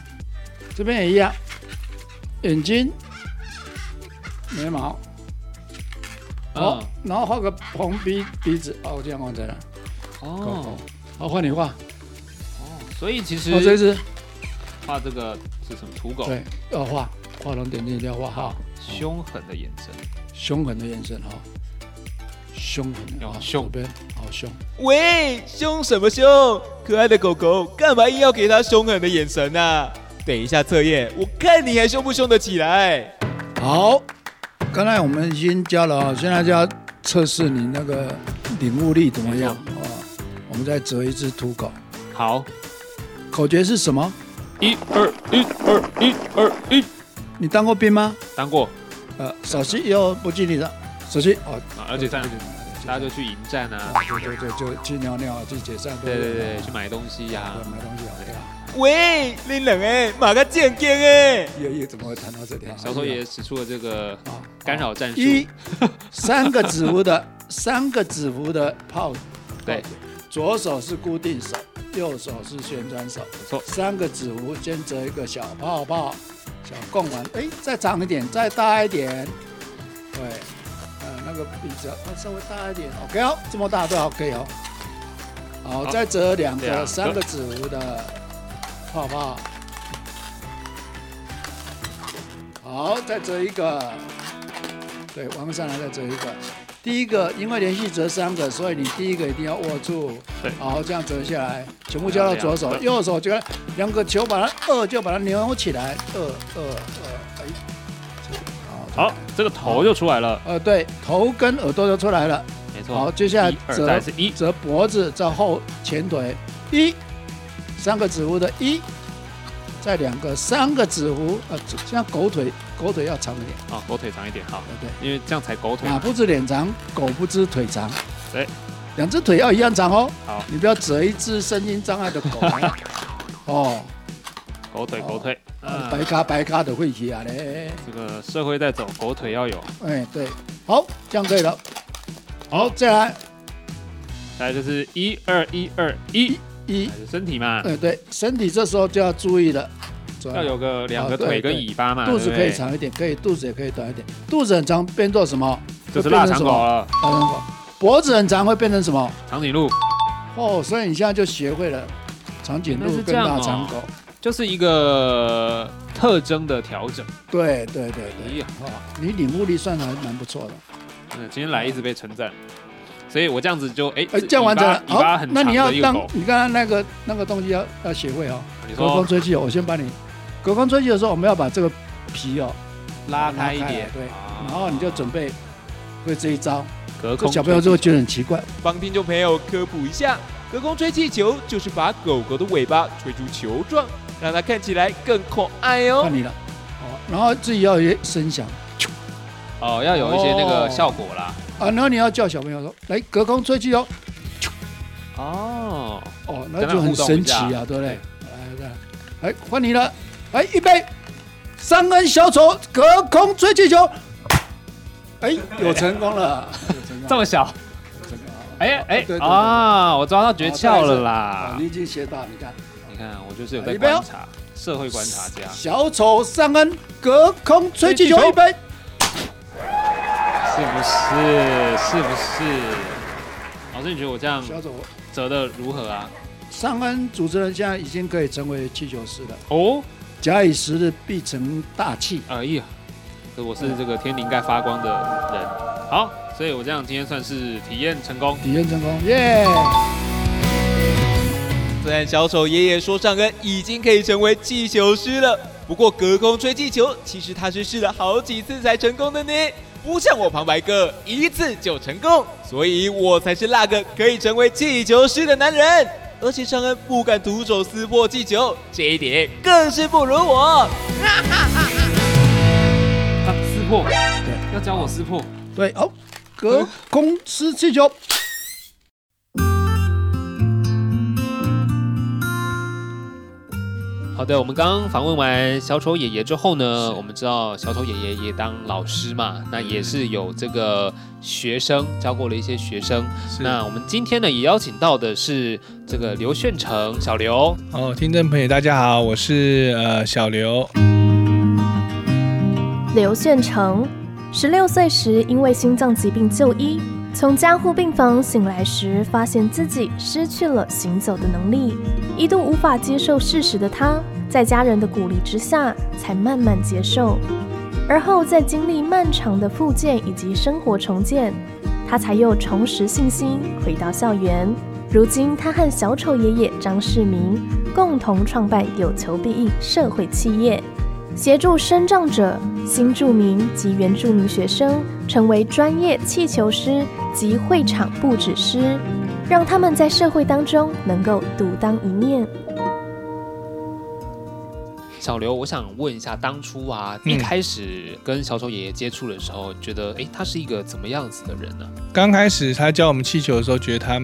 [SPEAKER 1] 这边也一样，眼睛，眉毛，
[SPEAKER 2] 啊
[SPEAKER 1] 哦，然后画个红鼻鼻子，哦，这样完成了。
[SPEAKER 2] 哦，
[SPEAKER 1] 好，换你画，
[SPEAKER 2] 所以其实
[SPEAKER 1] 哦这是
[SPEAKER 2] 画这个是什么土狗？
[SPEAKER 1] 对，要画，画龙点睛一定要画好，
[SPEAKER 2] 凶狠的眼神，
[SPEAKER 1] 凶狠的眼神哈，凶狠的，
[SPEAKER 2] 哦
[SPEAKER 1] 好
[SPEAKER 2] 凶
[SPEAKER 1] 左边，好凶。
[SPEAKER 7] 喂，凶什么凶？可爱的狗狗，干嘛硬要给它凶狠的眼神呢、啊？等一下测验，我看你还凶不凶得起来。
[SPEAKER 1] 好，刚才我们已经教了啊、现在就要测试你那个领悟力怎么样啊、哦我们再折一只土狗，
[SPEAKER 2] 好，
[SPEAKER 1] 口诀是什么？
[SPEAKER 2] 一二一二一二一，
[SPEAKER 1] 你当过兵吗？
[SPEAKER 2] 当过
[SPEAKER 1] 呃，首席又不记你的，首席哦，
[SPEAKER 2] 啊，而且在大家就去迎战啊，
[SPEAKER 1] 对对，就去尿尿啊，去解散。
[SPEAKER 2] 对对对，去买东西呀，
[SPEAKER 1] 买东西啊，
[SPEAKER 7] 喂，你冷哎，马个健健哎，
[SPEAKER 1] 又又怎么会谈到这里啊？
[SPEAKER 2] 小丑也使出了这个
[SPEAKER 1] 哦
[SPEAKER 2] 干扰战术，
[SPEAKER 1] 一，三个指腹的，三个指腹的炮，
[SPEAKER 2] 对，
[SPEAKER 1] 左手是固定手，右手是旋转手，没
[SPEAKER 2] 错。
[SPEAKER 1] 三个指腹先折一个小泡泡，小贡丸，哎，再长一点，再大一点，对，呃，那个比较呃稍微大一点，OK 哦，这么大都好，可以哦。好，
[SPEAKER 7] 好
[SPEAKER 1] 再折两
[SPEAKER 7] 这
[SPEAKER 1] 个
[SPEAKER 7] 样
[SPEAKER 1] 三个指腹的泡泡。好，再折一个。对，玩不上来再折一个。第一个，因为连续折三个，所以你第一个一定要握住。
[SPEAKER 2] 对
[SPEAKER 1] 好，这样折下来，全部交到左手
[SPEAKER 2] 这，样
[SPEAKER 1] 右手就两个球把它二就把它扭起来，二二二，哎，
[SPEAKER 2] 好，这个头就出来了，
[SPEAKER 1] 呃，对，头跟耳朵都出来了。
[SPEAKER 2] 没错。
[SPEAKER 1] 好，接下来
[SPEAKER 2] 一二再
[SPEAKER 1] 折
[SPEAKER 2] 来是一，
[SPEAKER 1] 折脖子，折后前腿，一，三个指腹的一，再两个，三个指腹，呃，像狗腿，狗腿要长一点。
[SPEAKER 2] 好，狗腿长一点，好，
[SPEAKER 1] 对
[SPEAKER 2] 因为这样才狗腿
[SPEAKER 1] 马
[SPEAKER 2] 嘛，
[SPEAKER 1] 不知脸长，狗不知腿长。
[SPEAKER 2] 对，
[SPEAKER 1] 两只腿要一样长哦。
[SPEAKER 2] 哎好，
[SPEAKER 1] 你不要折一只身心障碍的 狗哦哦，
[SPEAKER 2] 狗腿狗腿，嗯
[SPEAKER 1] 白咖白咖的会起啊嘞。
[SPEAKER 2] 这个社会在走，狗腿要有。
[SPEAKER 1] 哎，对，好，这样可以了。好，再来，
[SPEAKER 2] 来就是一二一二一
[SPEAKER 1] 一，
[SPEAKER 2] 来就身体嘛，
[SPEAKER 1] 哎，对，身体这时候就要注意了，左
[SPEAKER 2] 要有哎个两个
[SPEAKER 1] 哦对
[SPEAKER 2] 腿跟
[SPEAKER 1] 对
[SPEAKER 2] 尾巴嘛，
[SPEAKER 1] 肚子
[SPEAKER 2] 对不
[SPEAKER 1] 可
[SPEAKER 2] 对
[SPEAKER 1] 以长一点，可以肚子也可以短一点，肚子很长变做什么？
[SPEAKER 2] 就是
[SPEAKER 1] 会变
[SPEAKER 2] 腊
[SPEAKER 1] 成
[SPEAKER 2] 肠
[SPEAKER 1] 什
[SPEAKER 2] 狗
[SPEAKER 1] 么
[SPEAKER 2] 了，
[SPEAKER 1] 腊肠狗。脖子很长会变成什么？
[SPEAKER 2] 长颈鹿，
[SPEAKER 1] 哦，所以你现在就学会了长颈
[SPEAKER 2] 原来
[SPEAKER 1] 鹿
[SPEAKER 2] 是
[SPEAKER 1] 跟
[SPEAKER 2] 这样
[SPEAKER 1] 腊
[SPEAKER 2] 哦
[SPEAKER 1] 肠狗。
[SPEAKER 2] 就是一个特征的调整。
[SPEAKER 1] 对对对
[SPEAKER 2] 哎
[SPEAKER 1] 对，
[SPEAKER 2] 呀，
[SPEAKER 1] 哦你领悟力算还蛮不错的。
[SPEAKER 2] 嗯，今天来一直被称赞，所以我这样子就哎，
[SPEAKER 1] 哎，这样完成了，
[SPEAKER 2] 尾巴很
[SPEAKER 1] 那
[SPEAKER 2] 长
[SPEAKER 1] 你要
[SPEAKER 2] 的一个
[SPEAKER 1] 当
[SPEAKER 2] 狗，
[SPEAKER 1] 你刚刚那个那个东西要要学会哦。
[SPEAKER 2] 你
[SPEAKER 1] 隔空
[SPEAKER 2] 说
[SPEAKER 1] 吹气，我先帮你。隔空吹气的时候，我们要把这个皮哦，
[SPEAKER 2] 拉开一点，
[SPEAKER 1] 对，然后你就准备会这一招。
[SPEAKER 2] 隔
[SPEAKER 1] 这
[SPEAKER 2] 空
[SPEAKER 1] 小朋友就会觉得很奇怪。
[SPEAKER 7] 帮听众朋友科普一下，隔空吹气球就是把狗狗的尾巴吹出球状，让它看起来更可爱哦。
[SPEAKER 1] 换你了，然后自己要有一些声响
[SPEAKER 2] 哦，要有一些那个
[SPEAKER 1] 哦
[SPEAKER 2] 效果啦。
[SPEAKER 1] 啊，然后你要叫小朋友说：“来，隔空吹气哦。
[SPEAKER 2] 哦”
[SPEAKER 1] 哦，
[SPEAKER 2] 跟
[SPEAKER 1] 那
[SPEAKER 2] 他
[SPEAKER 1] 就很
[SPEAKER 2] 互动一
[SPEAKER 1] 神奇
[SPEAKER 2] 下
[SPEAKER 1] 啊，对不对？来，来，换你了，来，预备，三根小丑隔空吹气球，哎，有成功了，
[SPEAKER 2] 这么小，哎哎
[SPEAKER 1] 哦对对对
[SPEAKER 2] 啊，我抓到诀窍了
[SPEAKER 1] 啊
[SPEAKER 2] 啦！
[SPEAKER 1] 你已经学到，你看，
[SPEAKER 2] 你看，我就是有
[SPEAKER 1] 啊
[SPEAKER 2] 在
[SPEAKER 1] 预备哦
[SPEAKER 2] 观察，社会观察家，
[SPEAKER 1] 小丑三根隔空吹气
[SPEAKER 2] 吹
[SPEAKER 1] 球，
[SPEAKER 2] 气球
[SPEAKER 1] 预备，
[SPEAKER 2] 是不是？是不是？老师，你觉得我这样
[SPEAKER 1] 小丑
[SPEAKER 2] 折的如何啊？
[SPEAKER 1] 三根主持人现在已经可以成为气球师了，
[SPEAKER 2] 哦，
[SPEAKER 1] 假以时日必成大器。
[SPEAKER 2] 哎呀，这我是这个天灵盖发光的人。好，所以我这样今天算是体验成功。
[SPEAKER 1] 体验成功，耶、
[SPEAKER 7] 虽然小丑爷爷说尚恩已经可以成为气球师了，不过隔空吹气球，其实他是试了好几次才成功的呢。不像我旁白哥一次就成功，所以我才是那个可以成为气球师的男人。而且尚恩不敢徒手撕破气球，这一点更是不如我。
[SPEAKER 2] 他啊撕破，要教我撕破。
[SPEAKER 1] 对哦，隔空吃气球。
[SPEAKER 2] 好的，我们刚刚访问完小丑爷爷之后呢，我们知道小丑爷爷也当老师嘛，那也是有这个学生教过了一些学生。那我们今天呢，也邀请到的是这个刘炫成小刘。
[SPEAKER 10] 哦，听众朋友大家好，我是呃小刘。
[SPEAKER 11] 刘炫成十六岁时因为心脏疾病就医，从加护病房醒来时，发现自己失去了行走的能力，一度无法接受事实的他，在家人的鼓励之下，才慢慢接受。而后在经历漫长的复健以及生活重建，他才又重拾信心，回到校园。如今，他和小丑爷爷张世民共同创办有求必应社会企业。协助生障者、新住民及原住民学生成为专业气球师及会场布置师，让他们在社会当中能够独当一面。
[SPEAKER 2] 小刘，我想问一下，当初啊，
[SPEAKER 10] 嗯
[SPEAKER 2] 一开始跟小丑爷爷接触的时候，觉得诶，他是一个怎么样子的人呢、
[SPEAKER 10] 刚开始他教我们气球的时候，觉得他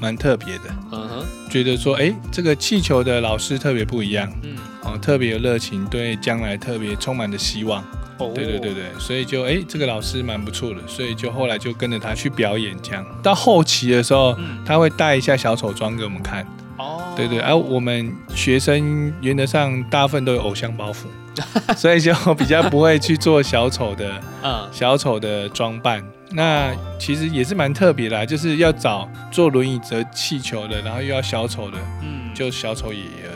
[SPEAKER 10] 蛮特别的，
[SPEAKER 2] 嗯哼，
[SPEAKER 10] 觉得说，哎，这个气球的老师特别不一样，
[SPEAKER 2] 嗯，
[SPEAKER 10] 哦，特别有热情，对将来特别充满着希望。
[SPEAKER 2] 哦
[SPEAKER 10] 对对对对，所以就哎，这个老师蛮不错的，所以就后来就跟着他去表演这样。到后期的时候，他会带一下小丑装给我们看。
[SPEAKER 2] 嗯哦，
[SPEAKER 10] 对对，而、我们学生原则上大部分都有偶像包袱， 所以就比较不会去做小丑的，
[SPEAKER 2] 嗯，
[SPEAKER 10] 小丑的装扮。那其实也是蛮特别的、啊，就是要找坐轮椅折气球的，然后又要小丑的，
[SPEAKER 2] 嗯，
[SPEAKER 10] 就小丑爷爷而已。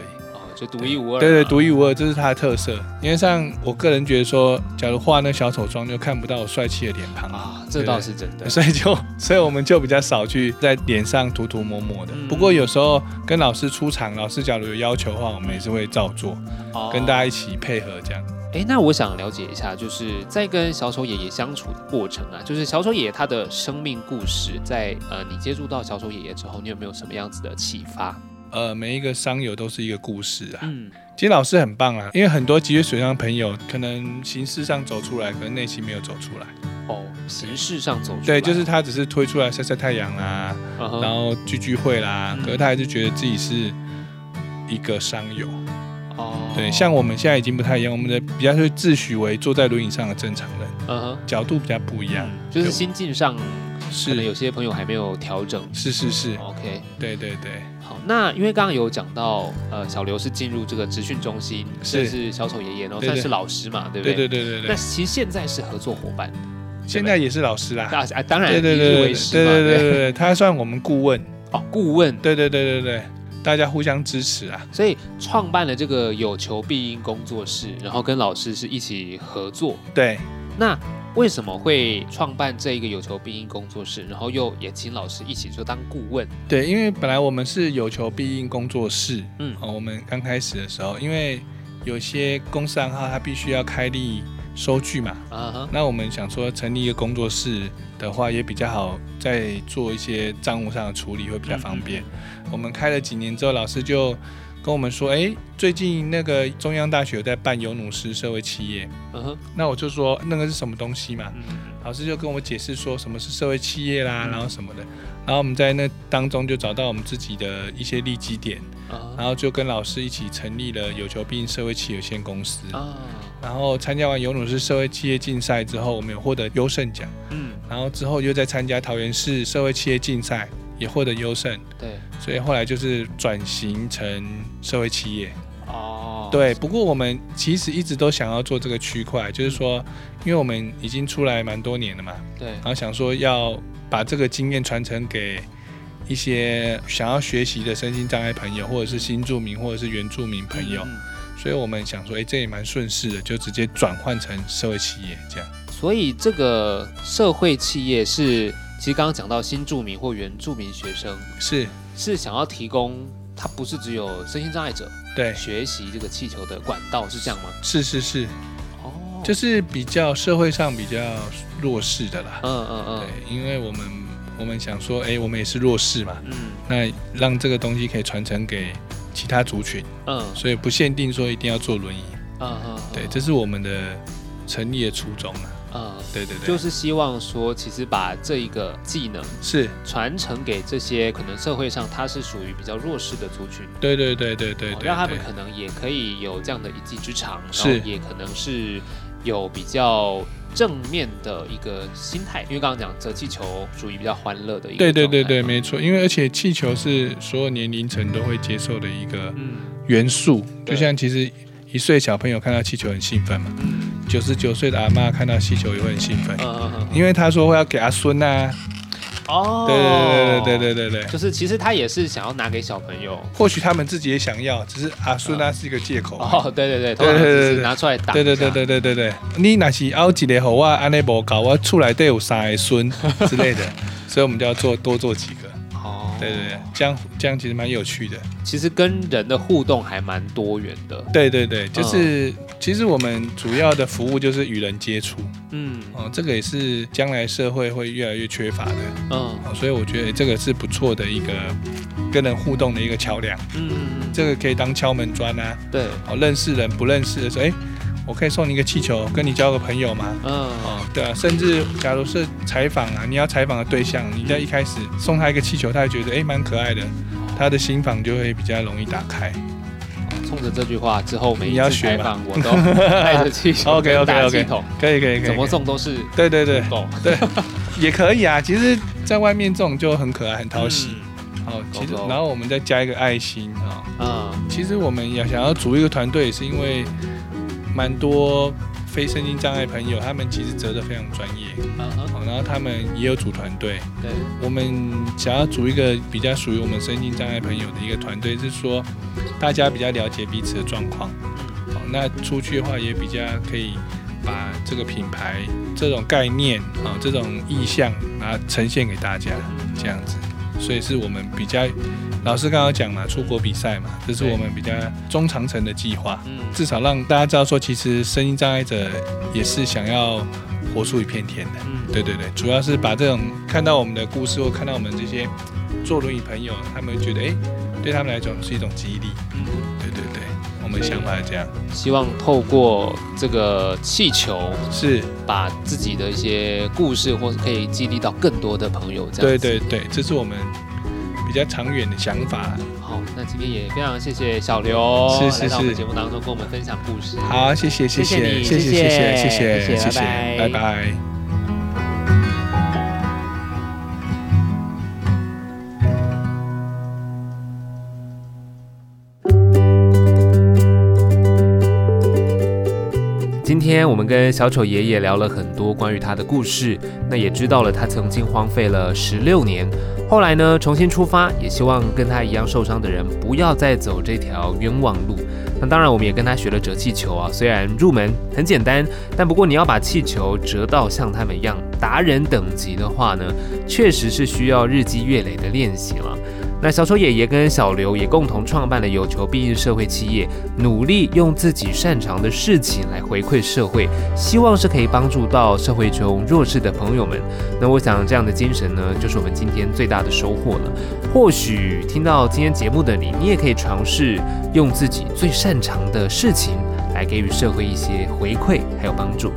[SPEAKER 2] 就独一无二、啊。
[SPEAKER 10] 对对，独一无二，这是他的特色。因为像我个人觉得说，假如画那小丑妆，就看不到我帅气的脸庞
[SPEAKER 2] 啊，这倒是真的
[SPEAKER 10] 所以就，所以我们就比较少去在脸上涂涂抹抹的。
[SPEAKER 2] 嗯
[SPEAKER 10] 不过有时候跟老师出场，老师假如有要求的话，我们也是会照做，
[SPEAKER 2] 哦
[SPEAKER 10] 跟大家一起配合这样。
[SPEAKER 2] 哎，那我想了解一下，就是在跟小丑爷爷相处的过程啊，就是小丑爷爷他的生命故事，在呃你接触到小丑爷爷之后，你有没有什么样子的启发？
[SPEAKER 10] 呃，每一个商友都是一个故事啊。
[SPEAKER 2] 嗯，
[SPEAKER 10] 其实老师很棒啊，因为很多脊椎损伤朋友可能形式上走出来，可能内心没有走出来。
[SPEAKER 2] 哦，形式上走出来，
[SPEAKER 10] 对，就是他只是推出来晒晒太阳啦，
[SPEAKER 2] 嗯哼
[SPEAKER 10] 然后聚聚会啦，
[SPEAKER 2] 嗯
[SPEAKER 10] 可是他还是觉得自己是一个商友。
[SPEAKER 2] 哦，
[SPEAKER 10] 对，像我们现在已经不太一样，我们的比较是自诩为坐在轮椅上的正常人，
[SPEAKER 2] 嗯哼，
[SPEAKER 10] 角度比较不一样，
[SPEAKER 2] 就是心境上，
[SPEAKER 10] 是
[SPEAKER 2] 可能有些朋友还没有调整。
[SPEAKER 10] 是是是
[SPEAKER 2] ，OK，
[SPEAKER 10] 对对对。
[SPEAKER 2] 好，那因为刚刚有讲到，呃，小刘是进入这个职训中心，
[SPEAKER 10] 是
[SPEAKER 2] 这是小丑爷爷，然后
[SPEAKER 10] 对对
[SPEAKER 2] 算是老师嘛，对不对？
[SPEAKER 10] 对对对对对
[SPEAKER 2] 那其实现在是合作伙伴，
[SPEAKER 10] 现在也是老师啦
[SPEAKER 2] 啊啊当然
[SPEAKER 10] 对对
[SPEAKER 2] 以
[SPEAKER 10] 对
[SPEAKER 2] 你
[SPEAKER 10] 对
[SPEAKER 2] 为
[SPEAKER 10] 对
[SPEAKER 2] 师嘛
[SPEAKER 10] 对对
[SPEAKER 2] 对
[SPEAKER 10] 对对，他算我们顾问
[SPEAKER 2] 哦，顾问，
[SPEAKER 10] 对对对对对，大家互相支持啊，
[SPEAKER 2] 所以创办了这个有求必应工作室，然后跟老师是一起合作。
[SPEAKER 10] 对，
[SPEAKER 2] 那为什么会创办这一个有求必应工作室，然后又也请老师一起就当顾问？
[SPEAKER 10] 对，因为本来我们是有求必应工作室，
[SPEAKER 2] 嗯，
[SPEAKER 10] 哦，我们刚开始的时候，因为有些公司账号它必须要开立收据嘛，
[SPEAKER 2] 啊哈，
[SPEAKER 10] 那我们想说成立一个工作室的话，也比较好，在做一些账务上的处理会比较方便。我们开了几年之后，老师就跟我们说，哎，最近那个中央大学有在办有努师社会企业，
[SPEAKER 2] 嗯哼，
[SPEAKER 10] 那我就说那个是什么东西嘛，老师就跟我解释说什么是社会企业啦，然后什么的，然后我们在那当中就找到我们自己的一些利基点，
[SPEAKER 2] 啊
[SPEAKER 10] 然后就跟老师一起成立了有求必应社会企业有限公司，
[SPEAKER 2] 啊，
[SPEAKER 10] 然后参加完尤努斯社会企业竞赛之后，我们有获得优胜奖，
[SPEAKER 2] 嗯，
[SPEAKER 10] 然后之后又在参加桃园市社会企业竞赛，也获得优胜，
[SPEAKER 2] 对，
[SPEAKER 10] 所以后来就是转型成社会企业。
[SPEAKER 2] 哦，
[SPEAKER 10] 对，不过我们其实一直都想要做这个区块，就是说，因为我们已经出来蛮多年了嘛，
[SPEAKER 2] 对
[SPEAKER 10] 然后想说要把这个经验传承给一些想要学习的身心障碍朋友，或者是新住民，或者是原住民朋
[SPEAKER 2] 嗯
[SPEAKER 10] 友，所以我们想说，哎、这也蛮顺势的，就直接转换成社会企业这样。
[SPEAKER 2] 所以这个社会企业是，其实刚刚讲到新住民或原住民学生
[SPEAKER 10] 是
[SPEAKER 2] 是想要提供它不是只有身心障碍者
[SPEAKER 10] 对
[SPEAKER 2] 学习这个气球的管道是这样吗？
[SPEAKER 10] 是是是，哦，就是比较社会上比较弱势的啦，
[SPEAKER 2] 嗯嗯嗯，
[SPEAKER 10] 对，因为我们我们想说，哎，我们也是弱势嘛，
[SPEAKER 2] 嗯，
[SPEAKER 10] 那让这个东西可以传承给其他族群，
[SPEAKER 2] 嗯
[SPEAKER 10] 所以不限定说一定要坐轮椅，
[SPEAKER 2] 嗯嗯，
[SPEAKER 10] 对，这是我们的成立的初衷啊，
[SPEAKER 2] 嗯，
[SPEAKER 10] 对对对，
[SPEAKER 2] 就是希望说，其实把这一个技能
[SPEAKER 10] 是
[SPEAKER 2] 传承给这些可能社会上它是属于比较弱势的族群，
[SPEAKER 10] 对对对对对
[SPEAKER 2] 哦
[SPEAKER 10] 对，
[SPEAKER 2] 让他们
[SPEAKER 10] 对
[SPEAKER 2] 可能也可以有这样的一技之长，然后
[SPEAKER 10] 是
[SPEAKER 2] 也可能是有比较正面的一个心态，因为刚刚讲折气球属于比较欢乐的一个，
[SPEAKER 10] 对对对对，没错，因为而且气球是所有年龄层都会接受的一个
[SPEAKER 2] 嗯
[SPEAKER 10] 元素，就像其实一岁小朋友看到气球很兴奋嘛，九十九岁的阿妈看到气球也会很兴
[SPEAKER 2] 嗯
[SPEAKER 10] 奋，因为她说会要给她孙啊，
[SPEAKER 2] 哦，
[SPEAKER 10] 对对对对对对对
[SPEAKER 2] 就是其实他也是想要拿给小朋友，
[SPEAKER 10] 或许他们自己也想要，只是阿孙啊是一个借口。
[SPEAKER 2] 哦，对对对，通
[SPEAKER 10] 对
[SPEAKER 2] 常
[SPEAKER 10] 对
[SPEAKER 2] 只
[SPEAKER 10] 对
[SPEAKER 2] 是
[SPEAKER 10] 对，
[SPEAKER 2] 拿出来打，
[SPEAKER 10] 对对对对对对对，你若是凹一个好我安尼无搞，我厝内底有三个孙之类的，所以我们就要做多做几个。
[SPEAKER 2] 哦，
[SPEAKER 10] 对对对，这样这样其实蛮有趣的。
[SPEAKER 2] 其实跟人的互动还蛮多元的，
[SPEAKER 10] 对对对，就是、
[SPEAKER 2] 哦
[SPEAKER 10] 其实我们主要的服务就是与人接触，
[SPEAKER 2] 嗯，
[SPEAKER 10] 哦，这个也是将来社会会越来越缺乏的，
[SPEAKER 2] 嗯、
[SPEAKER 10] 哦，所以我觉得这个是不错的一个跟人互动的一个桥梁，
[SPEAKER 2] 嗯嗯
[SPEAKER 10] 这个可以当敲门砖啊，
[SPEAKER 2] 对，
[SPEAKER 10] 哦，认识人不认识的时候，哎，我可以送你一个气球，跟你交个朋友吗？
[SPEAKER 2] 嗯，
[SPEAKER 10] 哦，对啊，甚至假如是采访啊，你要采访的对象，你在一开始送他一个气球，他会觉得哎蛮可爱的，他的心房就会比较容易打开。
[SPEAKER 2] 冲着这句话之后，每
[SPEAKER 10] 你
[SPEAKER 2] 一
[SPEAKER 10] 要
[SPEAKER 2] 次
[SPEAKER 10] 学
[SPEAKER 2] 采
[SPEAKER 10] 吗
[SPEAKER 2] 访我都带着气 球
[SPEAKER 10] OK
[SPEAKER 2] 跟
[SPEAKER 10] OK
[SPEAKER 2] 打
[SPEAKER 10] OK，
[SPEAKER 2] 气筒，
[SPEAKER 10] 可以可以可以，
[SPEAKER 2] 怎么送都是
[SPEAKER 10] 对对对
[SPEAKER 2] 不够
[SPEAKER 10] 对，也可以啊。其实，在外面这种就很可爱，很讨喜。哦，其实
[SPEAKER 2] 狗狗
[SPEAKER 10] 然后我们再加一个爱心啊。
[SPEAKER 2] 啊，
[SPEAKER 10] 其实我们也想要组一个团队，也是因为蛮多非身心障碍朋友，他们其实折得非常专业。
[SPEAKER 2] 嗯
[SPEAKER 10] 好，然后他们也有组团队。
[SPEAKER 2] 对，
[SPEAKER 10] 我们想要组一个比较属于我们身心障碍朋友的一个团队，是说大家比较了解彼此的状况。好，那出去的话也比较可以把这个品牌这种概念啊、这种意向啊呈现给大家，这样子。所以是我们比较，老师刚刚讲嘛，出国比赛嘛，这是我们比较中长程的计划，至少让大家知道说，其实身心障碍者也是想要活出一片天的。对对对，主要是把这种看到我们的故事或看到我们这些坐轮椅朋友，他们会觉得哎、诶对他们来讲是一种激励。
[SPEAKER 2] 嗯，
[SPEAKER 10] 对对对，我们想法是这样。
[SPEAKER 2] 希望透过这个气球，
[SPEAKER 10] 是
[SPEAKER 2] 把自己的一些故事，或是可以激励到更多的朋友，这样
[SPEAKER 10] 对
[SPEAKER 2] 子。
[SPEAKER 10] 对对，这是我们比较长远的想法。
[SPEAKER 2] 好，那今天也非常谢谢小刘哦
[SPEAKER 10] 是是
[SPEAKER 2] 来到我们
[SPEAKER 10] 是
[SPEAKER 2] 节目当中跟我们分享故事。
[SPEAKER 10] 好，谢谢谢
[SPEAKER 2] 谢
[SPEAKER 10] 谢
[SPEAKER 2] 你谢
[SPEAKER 10] 谢谢谢
[SPEAKER 2] 谢
[SPEAKER 10] 谢谢谢，
[SPEAKER 2] 拜
[SPEAKER 10] 拜拜。
[SPEAKER 12] 今天我们跟小丑爷爷聊了很多关于他的故事，那也知道了他曾经荒废了十六年，后来呢重新出发，也希望跟他一样受伤的人不要再走这条冤枉路。那当然，我们也跟他学了折气球啊，虽然入门很简单，但不过你要把气球折到像他们一样达人等级的话呢，确实是需要日积月累的练习了。那小丑爷爷跟小刘也共同创办了有求必应社会企业，努力用自己擅长的事情来回馈社会，希望是可以帮助到社会中弱势的朋友们。那我想这样的精神呢，就是我们今天最大的收获了。或许听到今天节目的你，你也可以尝试用自己最擅长的事情来给予社会一些回馈还有帮助。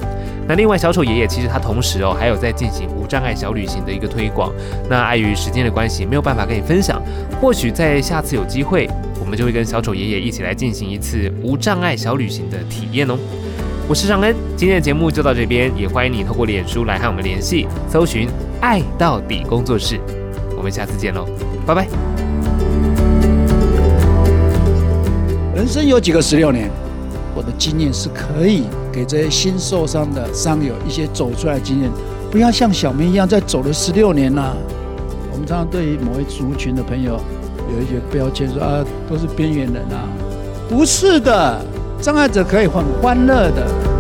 [SPEAKER 12] 那另外，小丑爷爷其实他同时哦，还有在进行无障碍小旅行的一个推广。那碍于时间的关系，没有办法跟你分享。或许在下次有机会，我们就会跟小丑爷爷一起来进行一次无障碍小旅行的体验哦。我是尚恩，今天的节目就到这边，也欢迎你透过脸书来和我们联系，搜寻“爱到底工作室”。我们下次见喽，拜拜。
[SPEAKER 1] 人生有几个十六年？我的经验是可以给这些新受伤的伤友一些走出来的经验，不要像小明一样再走了十六年啦、我们常常对于某一族群的朋友有一些标签说啊，都是边缘人啊，不是的，障碍者可以很欢乐的。